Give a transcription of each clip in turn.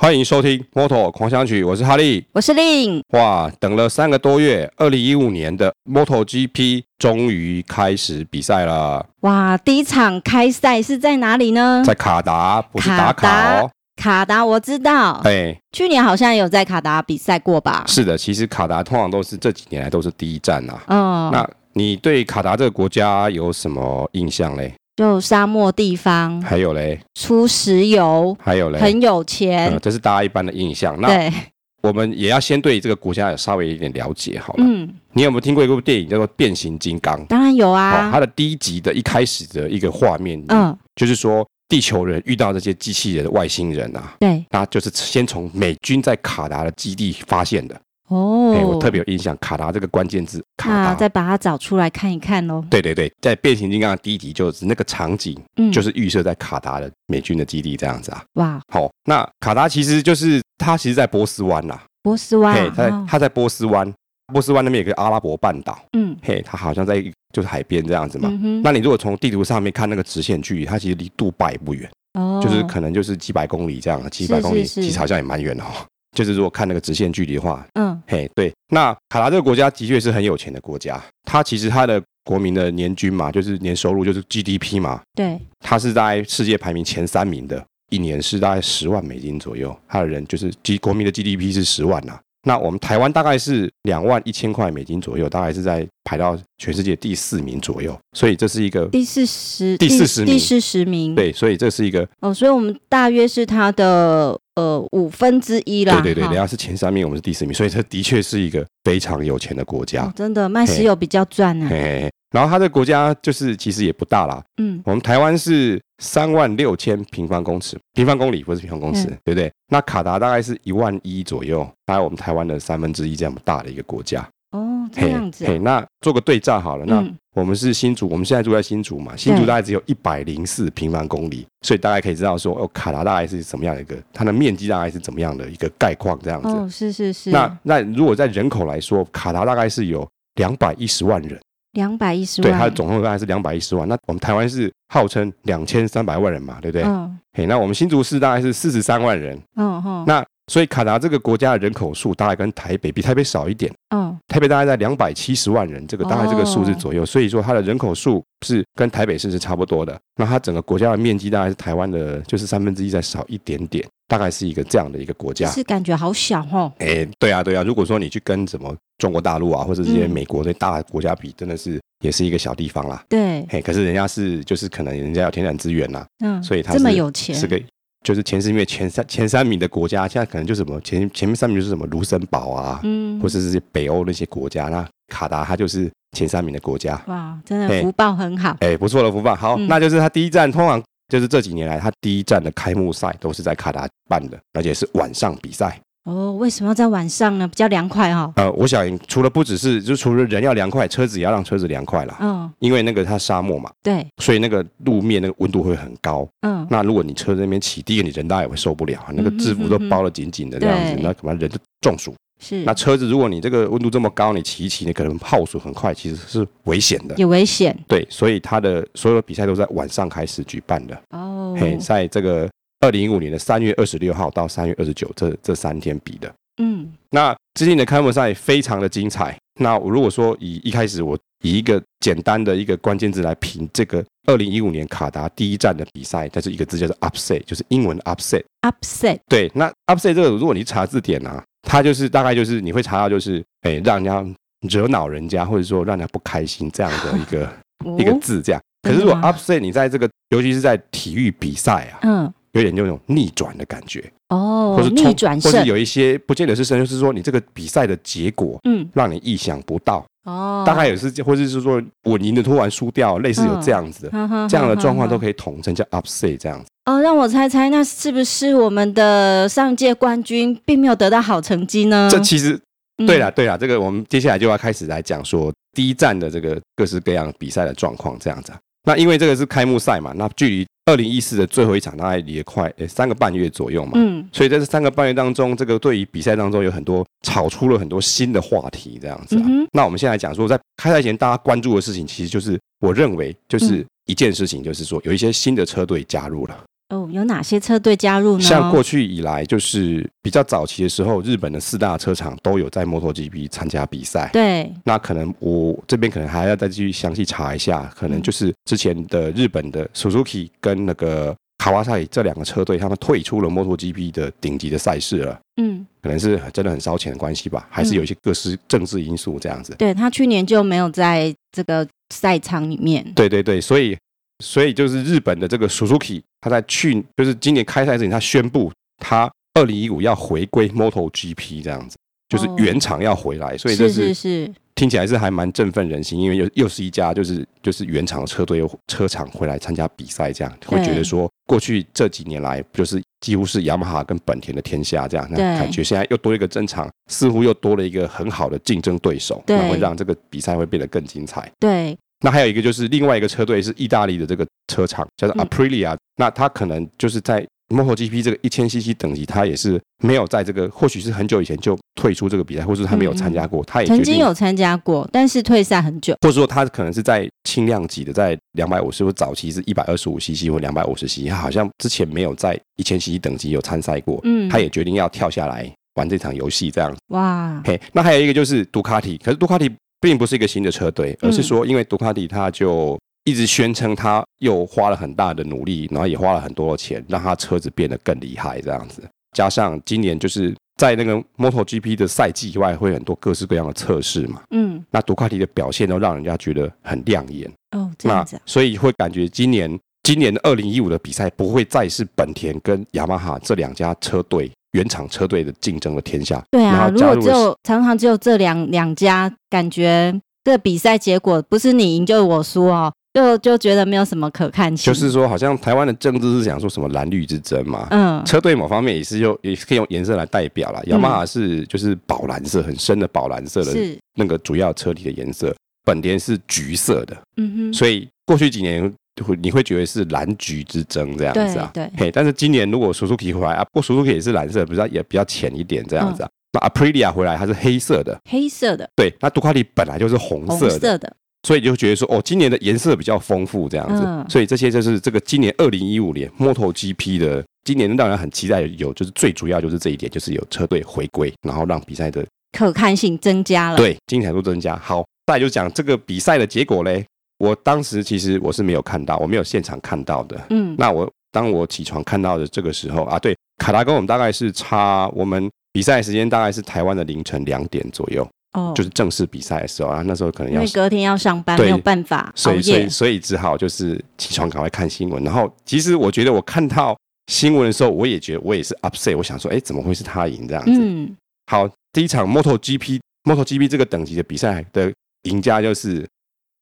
欢迎收听《摩托狂想曲》，我是哈利。我是令，哇，等了三个多月，二零一五年的 MotoGP 终于开始比赛了，哇，第一场开赛是在哪里呢？在卡达，不是打卡哦。卡达，我知道，哎，去年好像有在卡达比赛过吧？是的，其实卡达通常都是这几年来都是第一站呐、哦，那你对卡达这个国家有什么印象嘞？就沙漠地方，还有嘞，出石油，还有嘞，嗯很有呃钱，这是大家一般的印象。那对，我们也要先对这个国家有稍微一点了解好了。嗯，你有没有听过一部电影叫做《变形金刚》？当然有好，啊它，的第一集的一开始的一个画面，嗯，嗯，就是说地球人遇到这些机器人、外星人啊，对，那就是先从美军在卡达的基地发现的。哎、哦，啊我特别有印象，卡达这个关键字，那卡达。再把它找出来看一看喽。对对对，在变形金刚的第一集就是那个场景，嗯，就是预设在卡达的美军的基地这样子啊。哇，好，那卡达其实就是它其实，在波斯湾啦、波斯湾嘿，，它在哦它在波斯湾，波斯湾那边有个阿拉伯半岛，嗯嘿，它好像在一就是海边这样子嘛。嗯那你如果从地图上面看那个直线距离，它其实离杜拜不远，哼，哦，就是可能就是几百公里这样，几百是公里是其实好像也蛮远的哦。就是如果看那个直线距离的话，嗯，嘿，对，那卡达这个国家的确是很有钱的国家，它其实它的国民的年均嘛，就是年收入就是 GDP 嘛，对，它是在世界排名前三名的，一年是大概十万美金左右，它的人就是及国民的 GDP 是十万呐、那我们台湾大概是两万一千块美金左右，大概是在排到全世界第四名左右，所以这是一个第四十，第四十名第四十名，对，所以这是一个哦，所以我们大约是它的呃五分之一啦。对对对，哈人家是前三名，我们是第四名，所以这的确是一个非常有钱的国家。哦真的卖石油比较赚嘿啊。嘿嘿，然后它的国家就是其实也不大啦，嗯，我们台湾是三万六千平方公尺，平方公里不是平方公尺，嗯对不对？那卡达大概是一万一左右，大概我们台湾的三分之一这样大的一个国家。哦，这样子啊、嘿，那做个对照好了，那嗯我们是新竹，我们现在住在新竹嘛，新竹对大概只有一百零四平方公里，所以大概可以知道说，哦，卡达大概是怎么样的一个，它的面积大概是怎么样的一个概况这样子。哦，是是是，那那如果在人口来说，卡达大概是有两百一十万人。两百一十万，对，它的总共大概是两百一十万。那我们台湾是号称两千三百万人嘛，对不对？嗯嘿，那我们新竹市大概是四十三万人。嗯嗯，那所以卡达这个国家的人口数大概跟台北比台北少一点，嗯台北大概在两百七十万人，这个大概这个数字哦左右。所以说它的人口数是跟台北市是差不多的。那它整个国家的面积大概是台湾的，就是三分之一再少一点点，大概是一个这样的一个国家。是感觉好小哦。哎、对啊，对啊。如果说你去跟什么中国大陆啊，或者这些嗯美国的大国家比，真的是也是一个小地方啦。对，嘿，可是人家是就是可能人家有天然资源啦、嗯，所以它这么是有钱，是个就是前十名前三前三名的国家，现在可能就什么前前面三名就是什么卢森堡啊，嗯，或是这些北欧那些国家，那卡达它就是前三名的国家，哇，真嘿的福报很好。哎，不错的福报。好，嗯那就是它第一站，通常就是这几年来它第一站的开幕赛都是在卡达办的，而且是晚上比赛。哦，为什么要在晚上呢？比较凉快哦。呃，我想除了不只是就除了人要凉快，车子也要让车子凉快啦，嗯，因为那个它沙漠嘛，对，所以那个路面那个温度会很高。嗯，那如果你车在那边起，第一个你人大家也会受不了，啊那个制嗯服都包得紧紧的这样子嗯，哼那可能人就中暑。是那车子如果你这个温度这么高，你骑一骑，你可能耗损很快，其实是危险的。有危险对，所以它的所有的比赛都在晚上开始举办的。哦。嘿，在这个二零一五年的三月二十六号到三月二十九这这三天比的。嗯，那最近的开幕赛非常的精彩。那我如果说以一开始我以一个简单的一个关键字来评这个二零一五年卡达第一站的比赛，它是一个字叫做 upset，就是英文 upset。 upset 对，那 upset 这个如果你查字典啊，它就是大概就是你会查到就是哎、让人家惹恼人家，或者说让人家不开心这样的一个、一个哦字这样。可真是的如果吗 upset 你在这个尤其是在体育比赛啊，嗯有点那种逆转的感觉，哦或是，冲逆转或是胜，有一些不见得是胜，就是说你这个比赛的结果。嗯让你意想不到，哦，嗯大概也是，或者是说我赢的突然输掉，类似有这样子的、这这样的状嗯况都可以统称叫 upset 这样子。哦，让我猜猜，那是不是我们的上届冠军并没有得到好成绩呢？嗯这其实对啦了，对啦，这个我们接下来就要开始来讲说第一站的这个各式各样比赛的状况这样子啊、那因为这个是开幕赛嘛，那距离二零一四的最后一场大概也快诶三个半月左右嘛。嗯所以在这三个半月当中，这个对于比赛当中有很多炒出了很多新的话题，这样子、啊。嗯哼，那我们现在讲说，在开赛前大家关注的事情，其实就是我认为就是嗯一件事情，就是说有一些新的车队加入了。哦，有哪些车队加入呢？像过去以来，就是比较早期的时候，日本的四大车厂都有在 MotoGP 参加比赛。对，那可能我这边可能还要再继续详细查一下，可嗯能就是之前的日本的 Suzuki 跟那个卡瓦赛这两个车队，他们退出了 MotoGP 的顶级的赛事了，嗯，可能是真的很烧钱的关系吧，还是有一些各式政治因素这样子。对他去年就没有在这个赛场里面。对对对，所以所以就是日本的这个 Suzuki，他在去就是今年开赛之前，他宣布他二零一五要回归 MotoGP 这样子，就是哦原厂要回来，所以这是是是是，听起来是还蛮振奋人心，因为又又是一家就是就是原厂的车队又车厂回来参加比赛，这样会觉得说过去这几年来就是几乎是雅马哈跟本田的天下这样，那对感觉现在又多一个争场，似乎又多了一个很好的竞争对手，对那会让这个比赛会变得更精彩。对，那还有一个就是另外一个车队是意大利的这个车厂叫做嗯 Aprilia，、那它可能就是在 MotoGP 这个一千 CC 等级，它也是没有在这个或许是很久以前就退出这个比赛，或是他没有参加过，他也嗯曾决定经有参加过，但是退赛很久。或者说它可能是在轻量级的，在两百五十或早期是一百二十五 cc 或两百五十 cc，它好像之前没有在一千 cc 等级有参赛过，嗯，他也决定要跳下来玩这场游戏这样。哇，嘿，那还有一个就是杜卡迪，可是杜卡迪并不是一个新的车队，而是说因为杜卡迪它就。一直宣称他又花了很大的努力，然后也花了很多的钱，让他车子变得更厉害这样子。加上今年就是在那个 MotoGP 的赛季以外，会有很多各式各样的测试嘛，嗯，那杜卡迪的表现都让人家觉得很亮眼，哦，这那样子啊，所以会感觉今年今年二零一五的比赛不会再是本田跟雅马哈这两家车队原厂车队的竞争的天下。对然啊，后如加果入只了有常常只有这两两家，感觉这个比赛结果不是你赢就是我输哦，就就觉得没有什么可看性。就是说，好像台湾的政治是讲说什么蓝绿之争嘛，嗯，车队某方面也是用也是可以用颜色来代表啦。雅马哈是就是宝蓝色，很深的宝蓝色的是，那个主要车体的颜色，本田是橘色的，嗯哼，所以过去几年会你会觉得是蓝橘之争这样对子啊。对，嘿，但是今年如果 Suzuki 回来啊，不过 Suzuki 也是蓝色，比较也比较浅一点这样嗯子啊。那 Aprilia 回来它是黑色的，黑色的、对，那杜卡迪本来就是红红色的，色的，所以就觉得说哦，今年的颜色比较丰富这样子，嗯所以这些就是这个今年二零一五年 MotoGP 的今年让人很期待有，就是最主要就是这一点，就是有车队回归，然后让比赛的可看性增加了。对精彩度增加。好，再来就讲这个比赛的结果嘞。我当时其实我是没有看到，我没有现场看到的，嗯，那我当我起床看到的这个时候啊，对，卡达跟我们大概是差，我们比赛时间大概是台湾的凌晨两点左右，哦，就是正式比赛的时候啊，那时候可能因要为。隔天要上班，对没有办法熬所以，所夜以，。所以只好就是起床赶快看新闻。然后，其实我觉得我看到新闻的时候，我也觉得我也是 upset，我想说，哎，怎么会是他赢这样子？嗯，好，第一场 MotoGP MotoGP 这个等级的比赛的赢家就是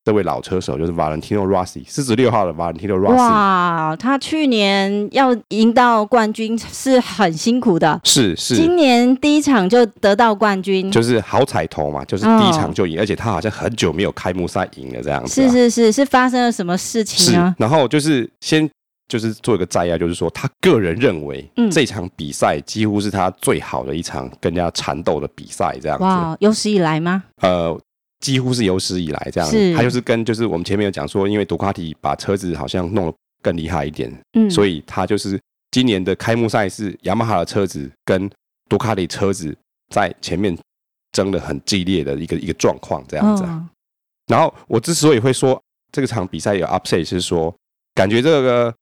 这位老车手，就是 Valentino Rossi，四十六号的 Valentino Rossi。哇，他去年要赢到冠军是很辛苦的，是是，今年第一场就得到冠军，就是好彩头嘛，就是嗯第一场就赢，而且他好像很久没有开幕赛赢了这样子、啊。是是是，是发生了什么事情是呢？然后就是先就是做一个摘要，就是说他个人认为嗯这场比赛几乎是他最好的一场跟人家缠斗的比赛这样子，哇，有哦史以来吗？呃。几乎是有史以来这样是子，他就是跟就是我们前面有讲说，因为杜卡迪把车子好像弄得更厉害一点，嗯，所以以他就是今年的开幕赛是雅马哈的车子跟杜卡迪车子在前面争的很激烈的一个一个状况这这样子啊、然后我之所以会说这个场比赛有 upset，是说感觉这个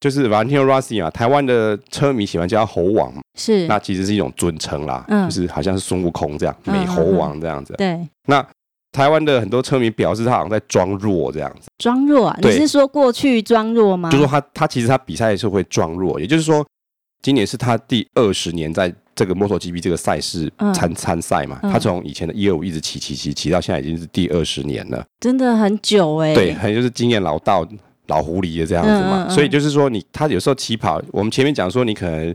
就是 Valentino Rossi 啊，台湾的车迷喜欢叫他猴王嘛，是那其实是一种尊称啦，嗯就是好像是孙悟空这样，嗯美猴王这样子。对那台湾的很多车迷表示他好像在装弱这样子，装弱啊，你对是说过去装弱吗？就说他他其实他比赛的时候会装弱，也就是说今年是他第二十年在这个 MotoGP 这个赛事嗯参参赛嘛，嗯他从以前的一二五一直骑骑骑骑到现在已经是第二十年了。真的很久哎、对，很就是经验老道、老狐狸的这样子嘛。嗯嗯嗯所以就是说你，他有时候起跑，我们前面讲说，你可能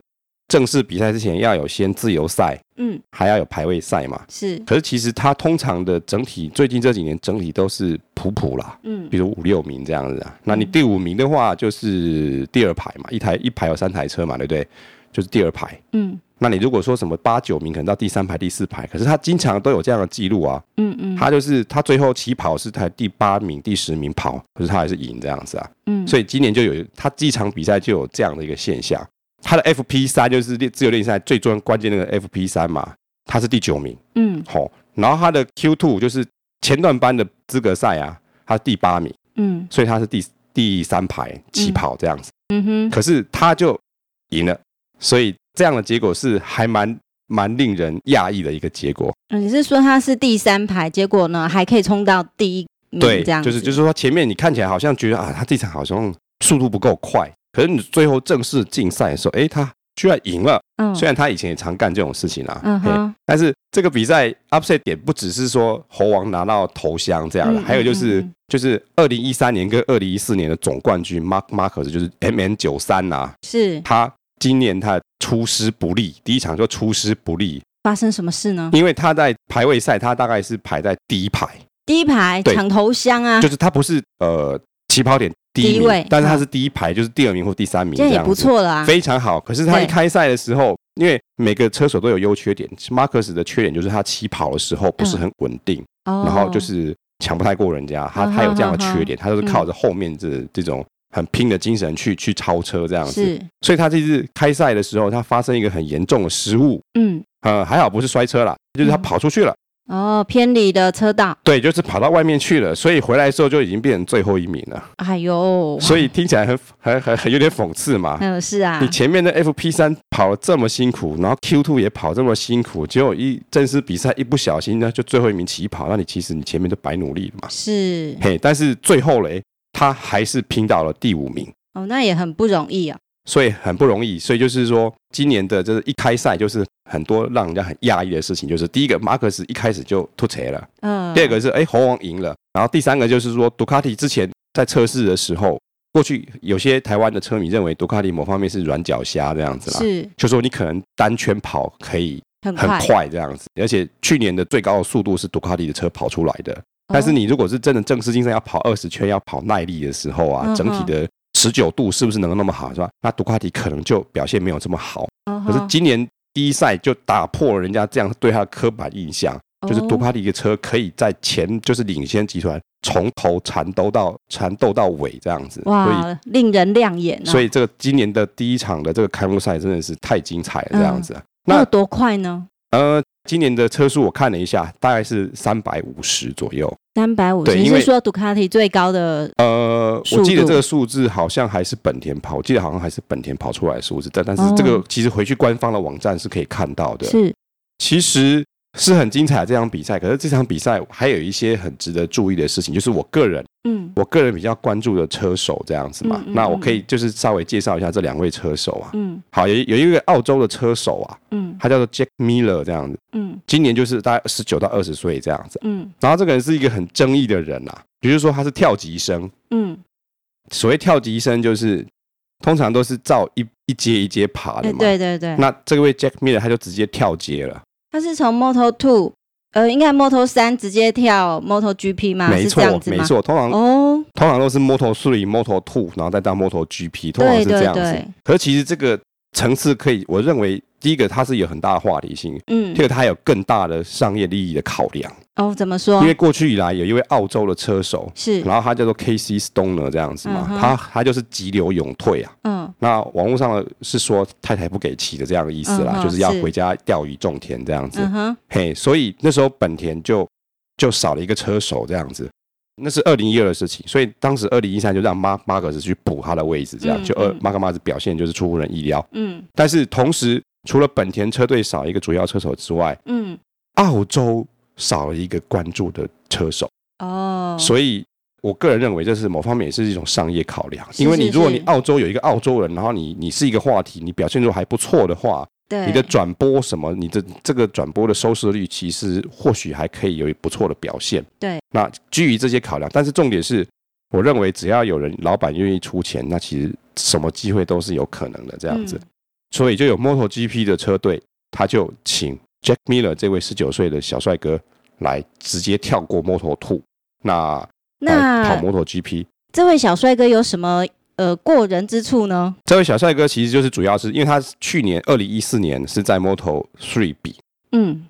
正式比赛之前要有先自由赛，嗯，还要有排位赛嘛。是，可是其实他通常的整体，最近这几年整体都是普普啦，嗯比如五六名这样子啊。那你第五名的话，就是第二排嘛，一台一排有三台车嘛，对不对？就是第二排。嗯，那你如果说什么八九名，可能到第三排、第四排，可是他经常都有这样的记录啊。嗯嗯，他就是他最后起跑是才第八名、第十名跑，可是他还是赢这样子啊。嗯，所以今年就有他这一场比赛就有这样的一个现象。他的 FP 三就是练自由练习赛最重关键那个 FP 三嘛，他是第九名，嗯吼、然后他的 Q two 就是前段班的资格赛啊，他是第八名，嗯所以他是第第三排起跑这样子。嗯哼，可是他就赢了，所以这样的结果是还蛮蛮令人讶异的一个结果。嗯你是说他是第三排，结果呢还可以冲到第一名对，这样就是就是说前面你看起来好像觉得啊，他这场好像速度不够快，可是你最后正式竞赛的时候，诶，他居然赢了。嗯虽然他以前也常干这种事情啦、嗯嘿哼但是这个比赛 upset 点不只是说猴王拿到头香这样的，嗯还有就是、嗯嗯就是二零一三年跟二零一四年的总冠军 Mark Marcus 就是 MN 九三呐，是他今年他出师不利，第一场就出师不利，发生什么事呢？因为他在排位赛他大概是排在第一排，第一排对抢头香啊，就是他不是呃起跑点第第一一名，位但是他嗯是第一排，就是第二名或第三名这样也不子错了啊。非常好。可是他对一开赛的时候，因为每个车手都有优缺点，Marcus 的缺点就是他起跑的时候不是很稳定，嗯哦然后就是抢不太过人家，他嗯他有这样的哼哼缺点，他就是靠着后面这这种很拼的精神去去超车这样子。是所以他这次开赛的时候，他发生一个很严重的失误，嗯呃，还好不是摔车啦，就是他嗯跑出去了，哦偏离的车道，对，就是跑到外面去了，所以回来的时候就已经变成最后一名了，哎呦，所以听起来很很很很有点讽刺嘛。嗯是啊啊你，前面的 FP 三跑了这么辛苦，然后 Q two 也跑这么辛苦，结果一正式比赛一不小心呢，就最后一名起跑，那你其实你前面就白努力了嘛。是嘿，但是最后嘞，他还是拼到了第五名，哦那也很不容易啊。所以很不容易。所以就是说，今年的就是一开赛就是很多让人家很讶异的事情，就是第一个马克思一开始就突锤了，嗯，第二个是哎猴王赢了，然后第三个就是说杜卡迪之前在测试的时候。过去有些台湾的车迷认为杜卡迪某方面是软脚虾这样子啦，是就说你可能单圈跑可以很很快，快这样子，而且去年的最高的速度是杜卡迪的车跑出来的。但是哦你如果是真的正式竞赛要跑二十圈，要跑耐力的时候嗯啊，哼整体的持久度是不是能够那么好，是吧？那杜卡迪可能就表现没有这么好。哦可是哈今年第一赛就打破了人家这样对他的刻板印象，就是杜哦卡迪的车可以在前就是领先集团从头缠斗到缠斗到尾这样子，所以哇，令人亮眼啊！所以这个今年的第一场的这个开幕赛真的是太精彩了，这样子啊。那有那多快呢？呃，今年的车速我看了一下，大概是三百五十左右。三百五十，对你因是为说杜卡迪最高的？呃，速我度记得这个数字好像还是本田跑，我记得好像还是本田跑出来的数字，但但是哦这个其实回去官方的网站是可以看到的。是其实是很精彩的这场比赛，可是这场比赛还有一些很值得注意的事情，就是我个人嗯我个人比较关注的车手这样子嘛。嗯嗯那我嗯可以就是稍微介绍一下这两位车手啊。嗯好，有一有一个澳洲的车手啊，嗯他叫做 Jack Miller 这样子，嗯今年就是大概十九到二十岁这样子。嗯然后这个人是一个很争议的人啊，比如说他是跳级生，嗯，所谓跳级生就是通常都是照一一阶一阶爬的哎嘛。对对对，那这位 Jack Miller 他就直接跳阶了，他是从 Moto Two，呃，应该 Moto 三直接跳 Moto GP 吗？没啊是这错样子没吗？错，通常、哦，通常都是 Moto Three、Moto Two，然后再到 Moto GP，通常对是这对样子。对，可是其实这个层次可以，我认为第一个它是有很大的话题性，嗯第，二个它有更大的商业利益的考量。哦，怎么说因？为过去以来有一位澳洲的车手，是，然后他叫做 K C Stoner 这样子嘛，嗯哼他他就是急流勇退啊。嗯那网络上是说太太不给骑的这样的意思啦，嗯哼就是要是回家钓鱼种田这样子。嗯哼，嘿，所以那时候本田就就少了一个车手这样子。那是二零一二的事情，所以当时二零一三就让马马格斯去补他的位置，这样、嗯就二嗯马格马斯表现就是出乎人意料。嗯但是同时，除了本田车队少一个主要车手之外，嗯，澳洲少了一个关注的车手。哦，所以我个人认为，这是某方面也是一种商业考量。是因为你是如果你是澳洲有一个澳洲人，然后你你是一个话题，你表现出还不错的话，对你的转播什么，你的这个转播的收视率其实或许还可以有不错的表现。对，那基于这些考量，但是重点是，我认为只要有人老板愿意出钱，那其实什么机会都是有可能的这样子。嗯所以就有 MotoGP 的车队，他就请 Jack Miller 这位十九岁的小帅哥来直接跳过 Moto 哎 Two，那来跑那 Moto GP。这位小帅哥有什么呃过人之处呢？这位小帅哥其实就是主要是因为他去年二零一四年是在 Moto Three 比嗯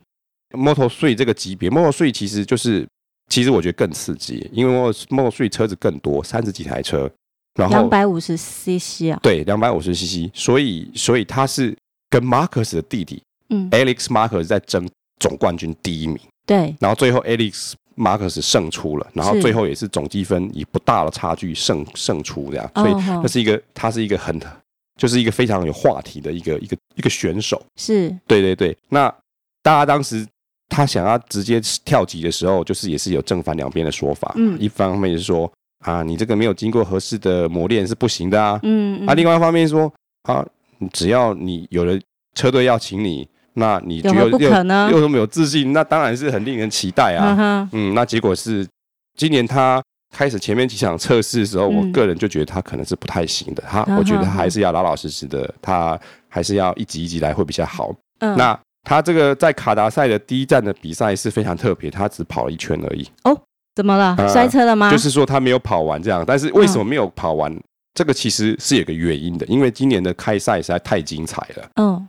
Moto Three 这个级别，Moto Three 其实就是其实我觉得更刺激，因为 Moto Moto Three 车子更多，三十几台车，然两后百五十 CC 啊，对两百五十 CC，所以所以他是跟 Marcus 的弟弟嗯， Alex Marcus 在争总冠军第一名，对，然后最后 Alex Marcus 胜出了，然后是最后也是总积分以不大的差距胜胜出这样，哦所以吼那是一个他是一个很就是一个非常有话题的一个一个一个选手。是对对对，那大家当时他想要直接跳级的时候，就是也是有正反两边的说法。嗯一方面是说啊，你这个没有经过合适的磨练是不行的啊。嗯，啊，嗯另外一方面是说啊，只要你有了车队要请你，那你就有何不可呢？又那么有自信，那当然是很令人期待啊。嗯哼，嗯，那结果是今年他开始前面几场测试的时候，嗯我个人就觉得他可能是不太行的。他嗯我觉得嗯他还嗯是要老老实实的，他还是要一级一级来会比较好。嗯，那他这个在卡达赛的第一站的比赛是非常特别，他只跑了一圈而已，怎么了？呃摔车了吗？就是说他没有跑完这样。但是为什么没有跑完？这个其实是有个原因的，因为今年的开赛实在太精彩了。嗯，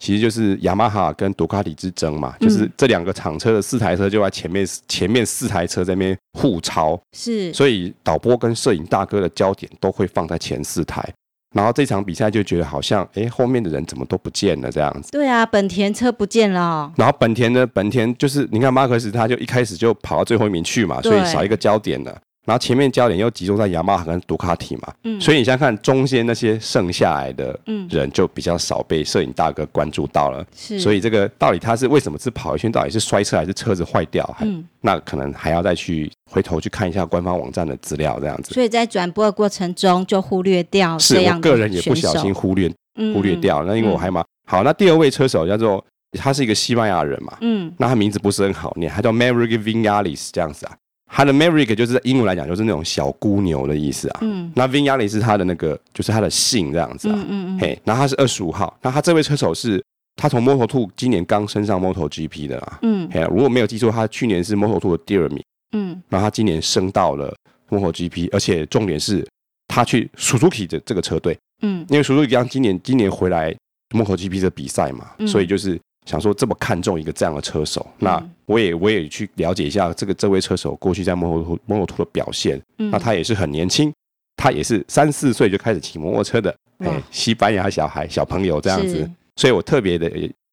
其实就是雅马哈跟杜卡迪之争嘛，就是嗯这两个厂车的四台车就在前面前面四台车在那边互超，是，所以导播跟摄影大哥的焦点都会放在前四台。然后这场比赛就觉得好像，哎，后面的人怎么都不见了这样子。对啊，本田车不见了哦，然后本田呢，本田就是你看马克思他就一开始就跑到最后一名去嘛，所以对少一个焦点了。然后前面焦点又集中在雅马哈跟杜卡迪嘛，嗯，所以以你想想看中间那些剩下来的嗯人就比较少被摄影大哥关注到了。是，所以这个到底他是为什么是跑一圈，到底是摔车还是车子坏掉？还嗯，那可能还要再去回头去看一下官方网站的资料，这样子。所以在转播的过程中就忽略掉是这我样的个人也不小选心手忽略嗯忽略掉，那因为我还蛮好。那第二位车手叫做他是一个西班牙人嘛，嗯那他名字不是很好念，他叫 Maverick Vinales 这样子啊。他的 Maverick 就是英文来讲就是那种小姑牛的意思啊。嗯那 Vinales 是他的那个就是他的姓这样子啊。嗯嗯嗯嘿，然后他是二十五号，那他这位车手是他从 Moto Two 今年刚升上 Moto GP 的啦。嗯哎，如果没有记错，他去年是 Moto 2的第二名，嗯然后他今年升到了 Moto GP，而且重点是他去 Suzuki 的这个车队，嗯因为 Suzuki 刚今年今年回来 Moto GP 的比赛嘛，嗯所以就是想说这么看重一个这样的车手，那嗯我也我也去了解一下这个这位车手过去在 Moto Moto 2的表现，嗯，那他也是很年轻。他也是三四岁就开始骑摩托车的，哇哎，西班牙小孩小朋友这样子是，，所以我特别的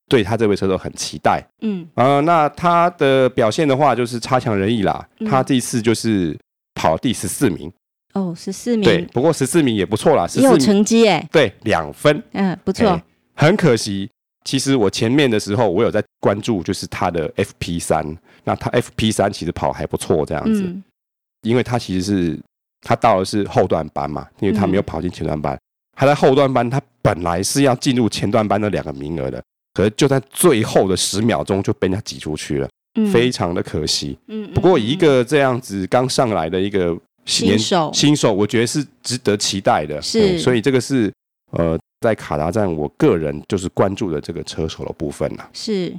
对他这位车手很期待。嗯呃，那他的表现的话，就是差强人意啦。嗯他这一次就是跑第十四名，哦，十四对，名不过十四名也不错啦，十也有四名成绩哎，对两分，嗯，不不错，哎很可惜，其实我前面的时候我有在关注，就是他的 FP 三，那他 FP 三其实跑还不错这样子，嗯因为他其实是他到的是后段班嘛，因为他没有嗯跑进前段班，他在后段班，他本来是要进入前段班的两个名额的，可是就在最后的十秒钟就被人家挤出去了。嗯非常的可惜。嗯，嗯不过以一嗯个这样子刚上来的一个新手新手，我觉得是值得期待的。是嗯所以这个是呃，在卡达站我个人就是关注的这个车手的部分啦。是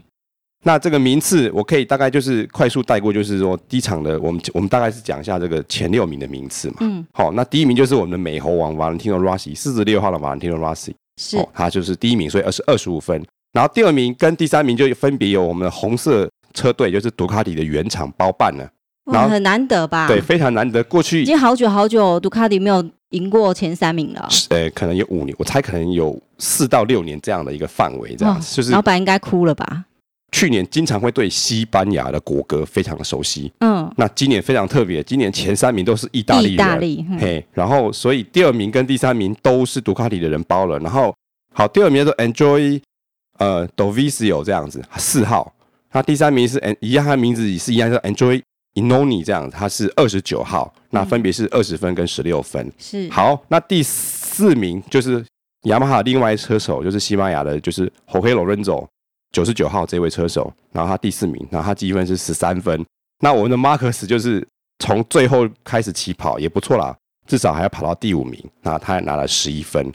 那这个名次我可以大概就是快速带过，就是说第一场的我们我们大概是讲一下这个前六名的名次嘛。嗯好，那第一名就是我们的美猴王 Valentino Rossi，四十六号的 Valentino Rossi。是哦，他就是第一名，所以二十二十五分。然后第二名跟第三名就分别有我们的红色车队，就是杜卡迪的原厂包办了，然哇，后很难得吧？对，，非常难得。过去已经好久好久，杜卡迪没有赢过前三名了。呃，可能有五年，我猜可能有四到六年这样的一个范围，这样子、就是老板应该哭了吧？去年经常会对西班牙的国歌非常的熟悉。嗯，那今年非常特别，今年前三名都是意大利人，意大利，嗯嘿，然后所以第二名跟第三名都是杜卡迪的人包了。然后好，第二名叫做 Enjoy，呃，Dovizio 这样子，四号。那第三名是 N 一样，他的名字也是一样叫 Enjoy Inoni 这样子，他是二十九号，那分别是二十分跟十六分。是，好，那第四名就是雅马哈另外一车手，就是西班牙的，就是 Jorge Lorenzo 九十九号这位车手，然后他第四名，然后他积分是十三分。那我们的 Marcus 就是从最后开始起跑也不错啦，至少还要跑到第五名，那他拿了十一分。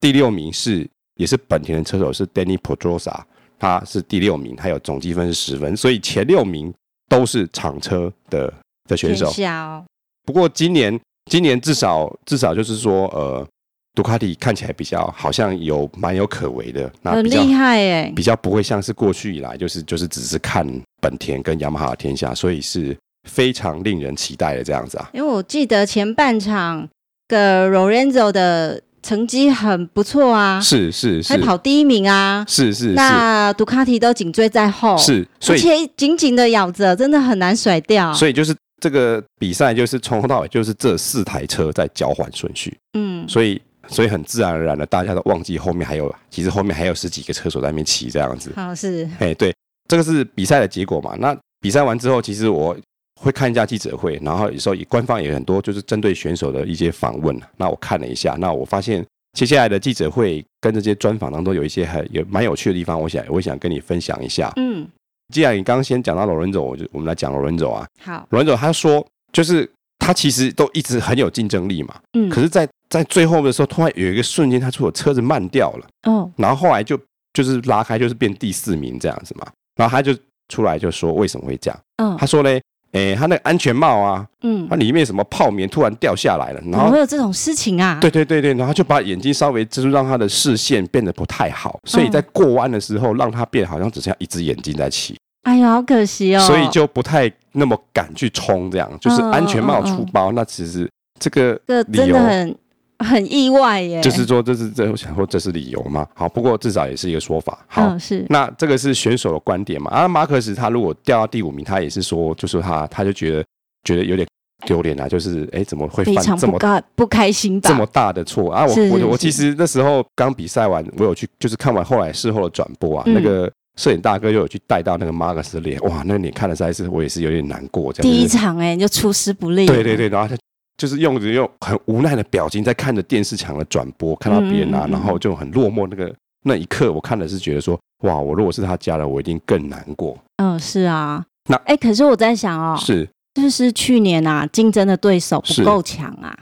第六名是也是本田的车手是 Danny Pedrosa，他是第六名，他有总积分是十分，所以前六名都是厂车的的选手天。下哦，不过今年今年至少至少就是说，呃，杜卡迪看起来比较好像有蛮有可为的，那很比较厉害哎、比较不会像是过去以来就是就是只是看本田跟雅马哈的天下，所以是非常令人期待的这样子啊。因为我记得前半场的 Lorenzo 的成绩很不错啊，是是是还跑第一名啊，是是是那杜卡迪都紧追在后，，是，所而以且哦紧紧的咬着，真的很难甩掉。所以就是这个比赛就是从头到尾就是这四台车在交换顺序，嗯，所以所以很自然而然的大家都忘记后面还有其实后面还有十几个车手在那边骑这样子。好是，哎，对，这个是比赛的结果嘛。那比赛完之后，其实我会看一下记者会，然后有时候也官方也很多就是针对选手的一些访问。那我看了一下，那我发现接下来的记者会跟这些专访当中有一些很有蛮有趣的地方，我想我想跟你分享一下。嗯，既然你刚刚先讲到罗伦总，我就我们来讲罗伦总啊。好，罗伦总他说，就是他其实都一直很有竞争力嘛，嗯，可是在，在最后的时候，突然有一个瞬间，他说我车子慢掉了。哦，然后后来就就是拉开，就是变第四名这样子嘛。然后他就出来就说为什么会这样？嗯他说嘞，诶，他那个安全帽啊，嗯哦它，里面什么泡棉突然掉下来了，然怎么后会有这种事情啊？对，对对对，然后就把眼睛稍微遮住，让他的视线变得不太好，嗯所以在过弯的时候，让他变得好像只剩下一只眼睛在骑，哎呀，好可惜哦。所以就不太那么敢去冲，这嗯样就是安全帽出包。那其实这个这理由真的很很意外耶。就是说，这是这我想说这是理由嘛？好，不过至少也是一个说法。好，嗯是，那这个是选手的观点嘛？啊，马可斯他如果掉到第五名，他也是说，就说他他就觉得觉得有点丢脸啊，就是哎怎么会非犯常这不么高不开心吧？这么大的错啊？我是我是我是其实那时候刚比赛完，我有去就是看完后来事后的转播啊，嗯那个摄影大哥就有去带到那个马克斯的脸，哇，那个脸看的实在是我也是有点难过这样。第一就是场哎、你就出师不利。对对，对，然后他。就是用着用很无奈的表情在看着电视墙的转播，看到别人啊，嗯嗯嗯嗯然后就很落寞。那个那一刻，我看的是觉得说，哇，我如果是他家人，我一定更难过。嗯是啊。那哎、可是我在想哦，是，就是去年啊，竞争的对手是不够强啊。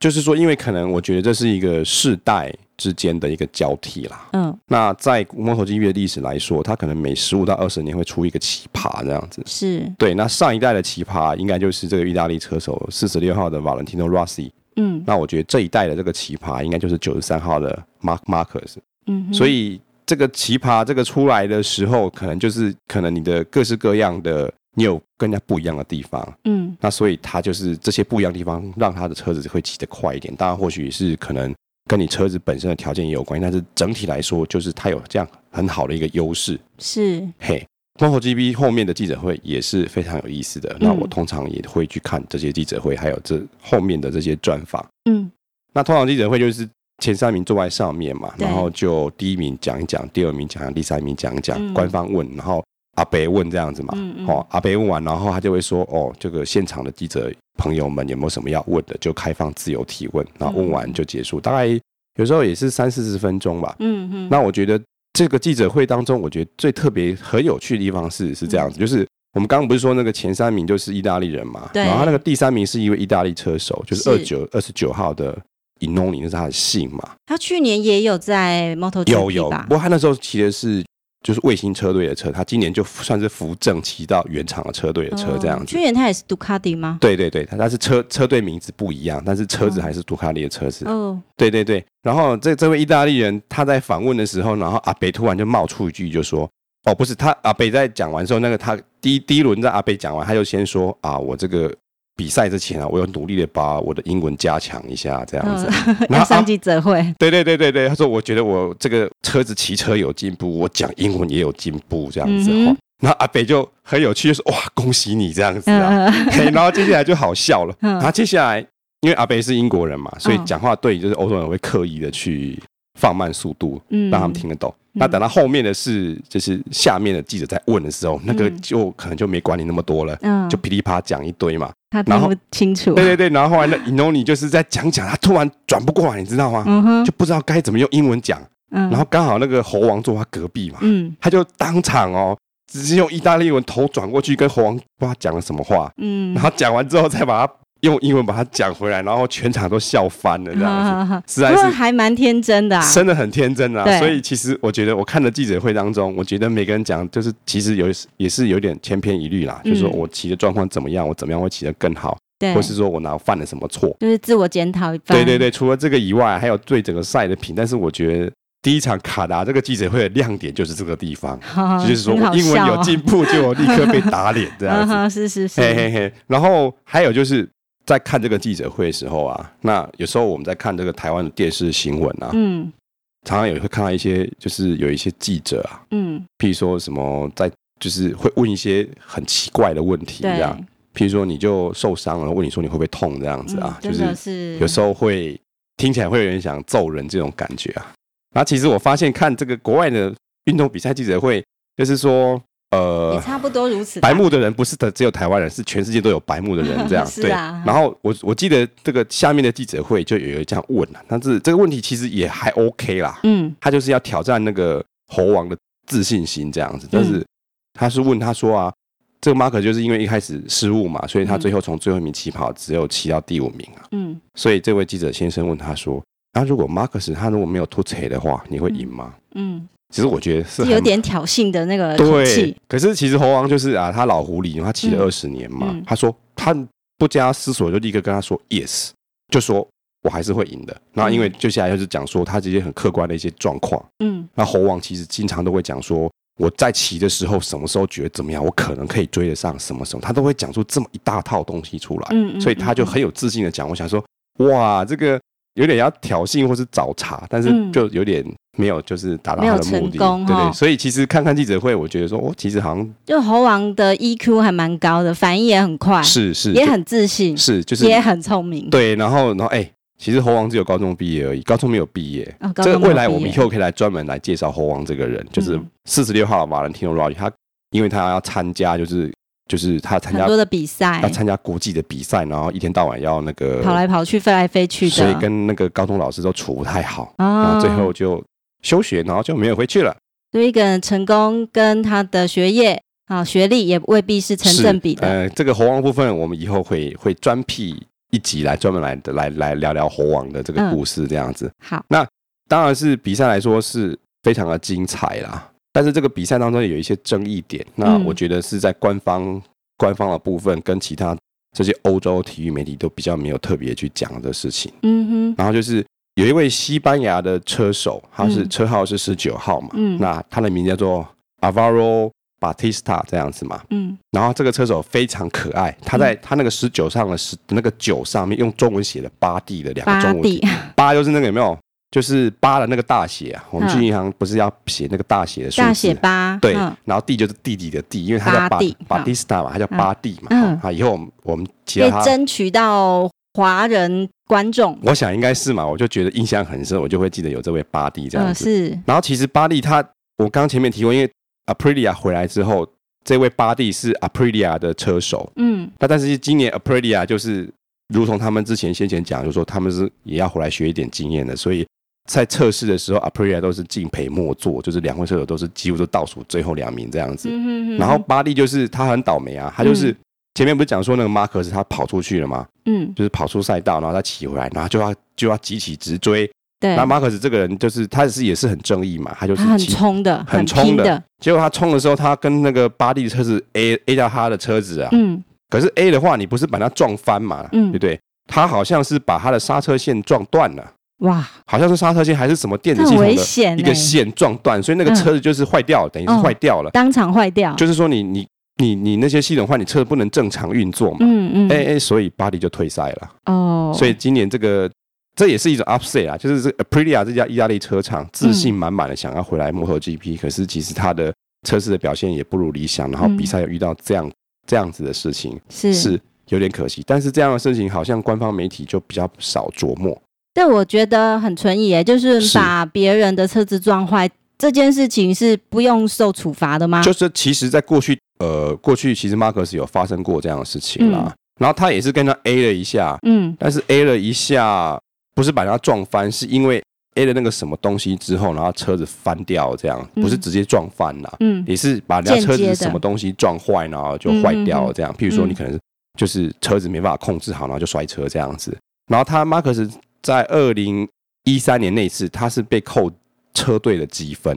就是说，因为可能我觉得这是一个世代之间的一个交替啦。嗯，那在 MotoGP 的历史来说，它可能每十五到二十年会出一个奇葩这样子。是，对，那上一代的奇葩应该就是这个意大利车手四十六号的 Valentino Rossi。嗯那我觉得这一代的这个奇葩应该就是九十三号的 Mark Marcus。嗯哼，所以这个奇葩这个出来的时候，可能就是可能你的各式各样的，你有更加不一样的地方。嗯那所以他就是这些不一样的地方，让他的车子会骑得快一点。当然，或许是可能跟你车子本身的条件也有关系，但是整体来说，就是他有这样很好的一个优势。是，嘿 m o t o GP 后面的记者会也是非常有意思的。那我通常也会去看这些记者会，还有这后面的这些专访。嗯那通常记者会就是前三名坐在上面嘛，对然后就第一名讲一讲，第二名讲一讲，第三名讲一讲，嗯官方问，然后阿北问这样子嘛。嗯嗯，哦，阿北问完，然后他就会说，哦，这个现场的记者朋友们有没有什么要问的，就开放自由提问，然后问完就结束，大概有时候也是三四十分钟吧。嗯嗯，那我觉得这个记者会当中，我觉得最特别很有趣的地方是是这嗯样子，就是我们刚刚不是说那个前三名就是意大利人嘛，对然后他那个第三名是一位意大利车手，就是二是九二十九号的。伊诺尼那是他的姓嘛？他去年也有在 MotoGP 有有，吧不？过他那时候骑的是就是卫星车队的车，他今年就算是扶正骑到原厂的车队的车这样哦子。去年他也是杜卡迪吗？对对对，它但是车车队名字不一样，但是车嗯子还是杜卡迪的车子。哦，对对对，然后这这位意大利人他在访问的时候，然后阿北突然就冒出一句就说：“哦，不是，他阿北在讲完之后，那个他第一第一轮在阿北讲完，他就先说啊，我这个比赛之前啊，我有努力的把我的英文加强一下这样子。嗯然后 要啊上记者会，对对对对对，他说我觉得我这个车子骑车有进步，我讲英文也有进步这样子。嗯哼哦然后阿北就很有趣，就说哇，恭喜你这样子啊。嗯嗯嘿， 然后接下来就好笑了。嗯 然后接下来，因为阿北是英国人嘛，所以嗯讲话对就是欧洲人会刻意的去放慢速度，嗯，让他们听得懂。那等到后面的是，就是下面的记者在问的时候，那个嗯就可能就没管你那么多了，嗯，就噼里啪讲一堆嘛。他然听后不清楚，对对对，然后后来那 Inoni 就是在讲讲，他突然转不过来，你知道吗？嗯哼，就不知道该怎么用英文讲。嗯，然后刚好那个猴王坐他隔壁嘛，嗯他就当场哦，直接用意大利文头转过去跟猴王不知道讲了什么话，嗯，然后讲完之后再把它用英文把它讲回来，然后全场都笑翻了，这样好好好实在是不过还蛮天真啊的啊，子真的很天真啊。对所以其实我觉得我看的记者会当中，我觉得每个人讲就是其实有也是有点千篇一律啦，嗯就是说我骑的状况怎么样，我怎么样会骑得更好。对，或是说我哪犯了什么错。就是自我检讨一番。对对对，除了这个以外，还有对整个赛的评。但是我觉得第一场卡达这个记者会的亮点就是这个地方， 好，就是说哦很好我英文笑有哦进步就立刻被打脸这样嗯 子。哼，是是是，嘿嘿嘿。然后还有就是在看这个记者会的时候啊，那有时候我们在看这个台湾的电视新闻啊，嗯常常也会看到一些就是有一些记者啊，嗯，譬如说什么在就是会问一些很奇怪的问题对，啊，譬如说你就受伤了，问你说你会不会痛这样子啊，嗯就真是的是有时候候会听起来会有点想揍人这种感觉啊。然后其实我发现看这个国外的运动比赛记者会，就是说也呃，差不多如此吧。白目的人不是的只有台湾人，是全世界都有白目的人这样。 是对。啊然后我我记得这个下面的记者会就有人这样问了、但是这个问题其实也还 OK 啦，嗯他就是要挑战那个猴王的自信心这样子。但嗯是他是问他说啊，这个马可就是因为一开始失误嘛，所以他最后从最后一名起跑只有骑到第五名啊。嗯，所以这位记者先生问他说：“那、如果马克思他如果没有吐腿的话，你会赢吗嗯，？”其实我觉得是是很有点挑衅的那个口对气，，可是其实猴王就是啊，他老狐狸嘛，他骑了嗯二十年嘛，嗯他说他不加思索就立刻跟他说 yes，就说我还是会赢的。那因为接下来就是讲说他这些很客观的一些状况。嗯那猴王其实经常都会讲说，我在骑的时候什么时候觉得怎么样，我可能可以追得上什么时候，他都会讲出这么一大套东西出来。嗯，嗯所以他就很有自信的讲，我想说，哇，这个有点要挑衅或是找茬，但是嗯就有点没有就是达到他的目没有成的，功对哦对。所以其实看看记者会，我觉得说，哦，其实好像就猴王的 EQ 还蛮高的，反应也很快，是是啊也就很自信，是就是也很聪明。对，然后然后哎、其实猴王只有高中毕业而已，高中没有毕业。哦，高这个中没有未来我毕们业以后可以来专门来介绍猴王这个人，就是嗯四十六号马兰提诺 r o 他因为他要参加就是就是他参很加多的比赛要，参加国际的比赛，然后一天到晚要那个跑来跑去，飞来飞去的，哦所以跟那个高中老师都处不太好，然啊，后最后就休学，然后就没有回去了，所以一个人成功跟他的学业啊学历也未必是成是正比的。呃，这个猴王部分，我们以后会会专辟一集来专门来来来聊聊猴王的这个嗯故事，这样子。好，当然是比赛来说是非常的精彩啦，但是这个比赛当中有一些争议点，那嗯我觉得是在官方官方的部分跟其他这些欧洲体育媒体都比较没有特别去讲的事情。嗯哼，然后就是有一位西班牙的车手，他是、嗯车号是十九号嘛，嗯那他的名字叫做 Avaro Batista 这样子嘛。嗯然后这个车手非常可爱，他在、他那个十九上的十那个九上面用中文写了八 D 的两个八中文字弟，八就是那个有没有？就是八的那个大写啊，我们去嗯银行不是要写那个大写的数字？大写八，对嗯，然后弟就是弟弟的弟，因为他叫巴巴蒂巴好蒂斯塔嘛，他叫巴蒂嘛。嗯嗯，啊，以后我们我们提可到以他，争取到华人观众，我想应该是嘛，我就觉得印象很深，我就会记得有这位巴蒂这样嗯，子。是，然后其实巴蒂他，我刚前面提过，因为 Aprilia 回来之后，这位巴蒂是 Aprilia 的车手，嗯那但是今年 Aprilia 就是如同他们之前先前讲，就是说他们是也要回来学一点经验的，所以在测试的时候，Aprilia 都是敬陪末座，就是两位车手都是几乎都倒数最后两名这样子。嗯哼哼，然后巴利就是他很倒霉啊，他就是嗯前面不是讲说那个马克斯他跑出去了吗？嗯，就是跑出赛道，然后他骑回来，然后就要就要急起直追。对那，马克斯这个人就是他是也是很正义嘛，他就是他很骑冲的，很拼冲的的，结果他冲的时候，他跟那个巴利的车子 A A 到他的车子啊，嗯可是 A 的话，你不是把它撞翻嘛，嗯对不对？他好像是把他的刹车线撞断了，哇，好像是刹车线还是什么电这子系很统危的险一欸个，线撞断，所以那个嗯车子就是坏掉了，等于是哦坏掉了。当场坏掉，就是说你你你你那些系统坏，你车子不能正常运作嘛。嗯嗯，哎哎，所以巴黎就退赛了。哦，所以今年这个这也是一种 upset 啊，就是这个 Aprilia 这家意大利车厂自嗯信满满的想要回来 MotoGP，、可是其实它的测试的表现也不如理想，然后嗯比赛又遇到这样、这样子的事情，是是有点可惜。但是这样的事情好像官方媒体就比较少琢磨。但我觉得很存疑耶，就是是把别人的车子撞坏这件事情是不用受处罚的吗？就是其实，在过去呃，过去其实马克思有发生过这样的事情啦，嗯然后他也是跟他 A 了一下，嗯但是 A 了一下，不是把它撞翻，是因为 A 了那个什么东西之后，然后车子翻掉，这样嗯不是直接撞翻啦，嗯也是把人家车间接子的什么东西撞坏，然后就坏掉了这样。譬如嗯说，你可能就是车子没办法控制好，然后就摔车这样子。然后他马克思在二零一三年那一次，他是被扣车队的积分，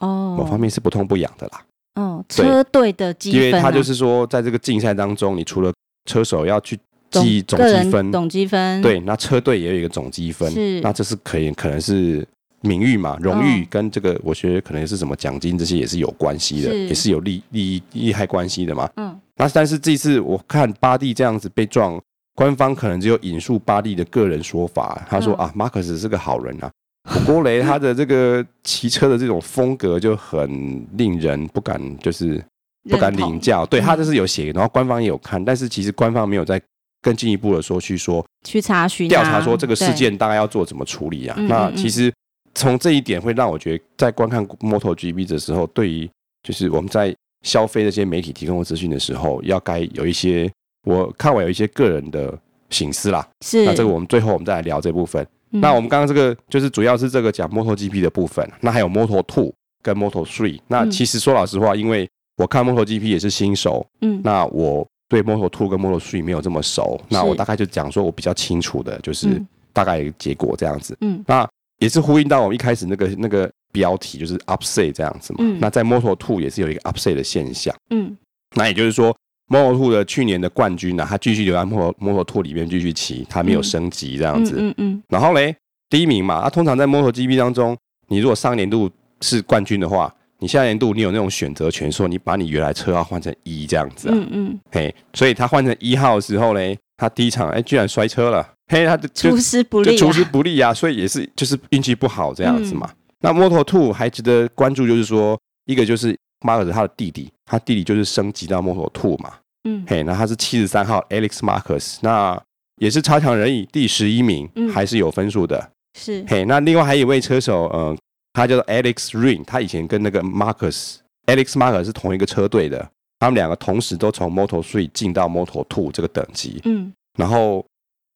哦，某方面是不痛不痒的啦，哦，对车队的积因为分啊、他就是说，在这个竞赛当中，你除了车手要去总计总个积人分，总嗯积分，对，那车队也有一个总积分是，那这是可以可能是名誉嘛，荣誉嗯跟这个我觉得可能是什么奖金这些也是有关系的，是也是有利利益利害关系的嘛。嗯，那但是这次我看巴蒂这样子被撞，官方可能只有引述巴蒂的个人说法，他说、嗯啊，马克思是个好人啊。不过嘞，他的这个骑车的这种风格就很令人不敢，就是不敢认同领教。对他嗯这是有写，然后官方也有看，但是其实官方没有在更进一步的说去说去查询啊调查说这个事对件大概要做怎么处理啊嗯嗯。那嗯其实从这一点会让我觉得，在观看 MotoGP 的时候，对于就是我们在消费这些媒体提供的资讯的时候，要该有一些我看我有一些个人的醒思啦。是那这个我们最后我们再来聊这部分。嗯那我们刚刚这个就是主要是这个讲 MotoGP 的部分，那还有 Moto Two 跟 Moto Three。那嗯其实说老实话，因为我看 MotoGP 也是新手，嗯那我对 Moto Two 跟 Moto Three 没有这么熟，那我大概就讲说我比较清楚的就是嗯大概结果这样子。嗯那也是呼应到我们一开始那个那个标题，就是 upset 这样子嘛。嗯那在 Moto Two 也是有一个 upset 的现象。嗯那也就是说，Moto Two 的去年的冠军呢、他继续留在 Moto Moto Two 里面继续骑，他没有嗯升级这这样子。嗯嗯然后嘞，第一名嘛，啊，通常在 MotoGP 当中，你如果上年度是冠军的话，你下年度你有那种选择权，说你把你原来车号换成一、这样子啊。嗯嗯嗯，嘿，所以他换成一号的时候嘞，他第一场哎居然摔车了，嘿，他就就出师不利就啊，出嗯师不利啊，所以也是就是运气不好这样子嘛。那 Moto Two 还值得关注，就是说一个就是马可斯他的弟弟，他弟弟就是升级到 Moto Two 嘛，嗯嘿，那他是七十三号 Alex Marcus，那也是差强人意，第十一名嗯，还是有分数的。是嘿，那另外还有一位车手，呃，他叫做 Alex Ring，他以前跟那个 Marcus Alex Marcus 是同一个车队的，他们两个同时都从 Moto Three 进到 Moto Two 这个等级，嗯然后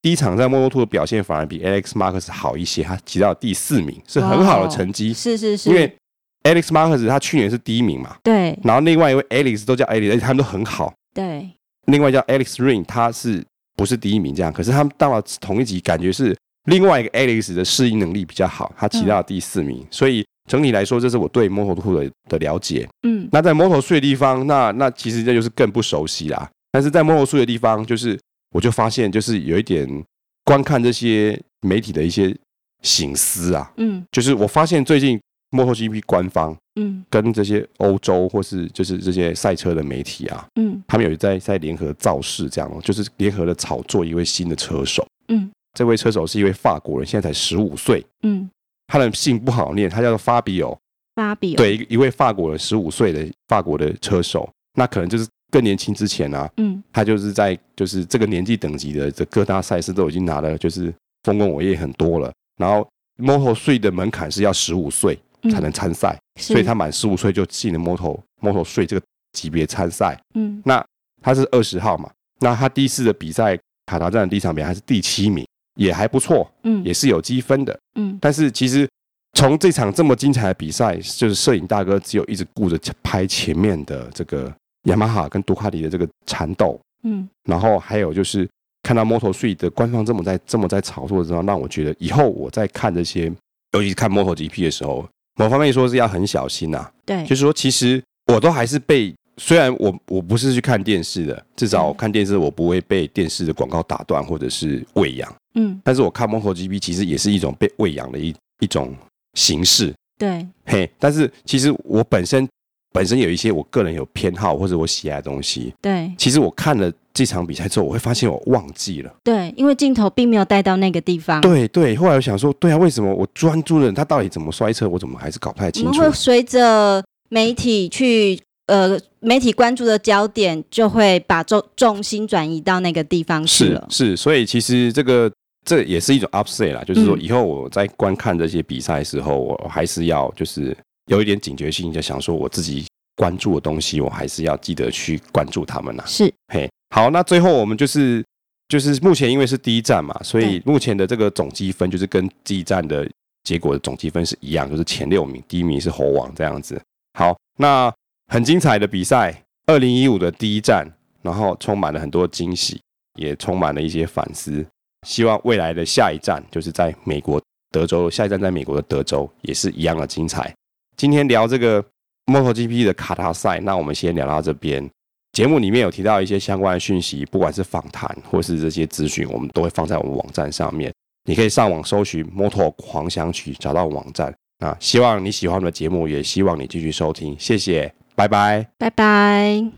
第一场在 Moto Two 的表现反而比 Alex Marcus 好一些，他挤到第四名，是很好的成绩，是是哦是，因为 Alex Marcus 他去年是第一名嘛，对然后另外一位 Alex 都叫 Alex，而且他们都很好，对另外叫 Alex Ring，他是不是第一名这样？可是他们到了同一级，感觉是另外一个 Alex 的适应能力比较好，他骑到了第四名。所以整体来说，这是我对 Moto 2的的了解。嗯那在 Moto 2的地方，那那其实这就是更不熟悉啦。但是在 Moto 2的地方，就是我就发现，就是有一点观看这些媒体的一些醒思啊，嗯就是我发现最近 MotoGP 官方嗯跟这些欧洲或是就是这些赛车的媒体啊，嗯他们有在在联合造势，这样哦，就是联合了炒作一位新的车手。嗯这位车手是一位法国人，现在才十五岁，嗯，他的姓不好念，他叫做法比奥，巴比对，一一位法国人，十五岁的法国的车手，那可能就是更年轻之前啊，嗯他就是在就是这个年纪等级的这各大赛事都已经拿了，就是丰功伟业很多了。然后 Moto 税的门槛是要十五岁嗯才能参赛，所所以他满十五岁就进了 Moto Moto 税这个级别参赛。嗯他是二十号嘛，那他第一次的比赛卡达站的第一场比赛他是第七名，也还不错，嗯也是有积分的。嗯但是其实从这场这么精彩的比赛，就是摄影大哥只有一直顾着拍前面的这个雅马哈跟杜卡迪的这个缠斗，嗯然后还有就是看到 Moto Three 的官方这么在这么在炒作之后，让我觉得以后我在看这些，尤其是看 Moto GP 的时候，某方面说是要很小心啊，对就是说，其实我都还是被，虽然我我不是去看电视的，至少嗯看电视我不会被电视的广告打断或者是喂养，嗯但是我看 MotoGP 其实也是一种被喂养的一一种形式，对嘿。但是其实我本身本身有一些我个人有偏好或者我喜爱的东西，对其实我看了这场比赛之后，我会发现我忘记了。对，因为镜头并没有带到那个地方，对对，后来我想说，对啊，为什么我专注的人他到底怎么摔车，我怎么还是搞不太我清们楚？会随着媒体去呃媒体关注的焦点，就会把重重心转移到那个地方去是了。是，所以其实这个这也是一种 upset 啦，就是说嗯以后我在观看这些比赛的时候，我还是要就是有一点警觉性，就想说我自己关注的东西，我还是要记得去关注他们啦。啊是，嘿，好，那最后我们就是就是目前因为是第一站嘛，所以目前的这个总积分就是跟第一站的结果的总积分是一样，就是前六名，第一名是猴王这样子。好，那很精彩的比赛，二零一五的第一站，然后充满了很多惊喜，也充满了一些反思。希望未来的下一站就是在美国德州，下一站在美国的德州也是一样的精彩。今天聊这个 MotoGP 的卡塔赛，那我们先聊到这边。节目里面有提到一些相关的讯息，不管是访谈或是这些资讯，我们都会放在我们网站上面。你可以上网搜寻 “Moto 狂想曲”，找到网站。啊，希望你喜欢我们的节目，也希望你继续收听，谢谢，拜拜。拜拜。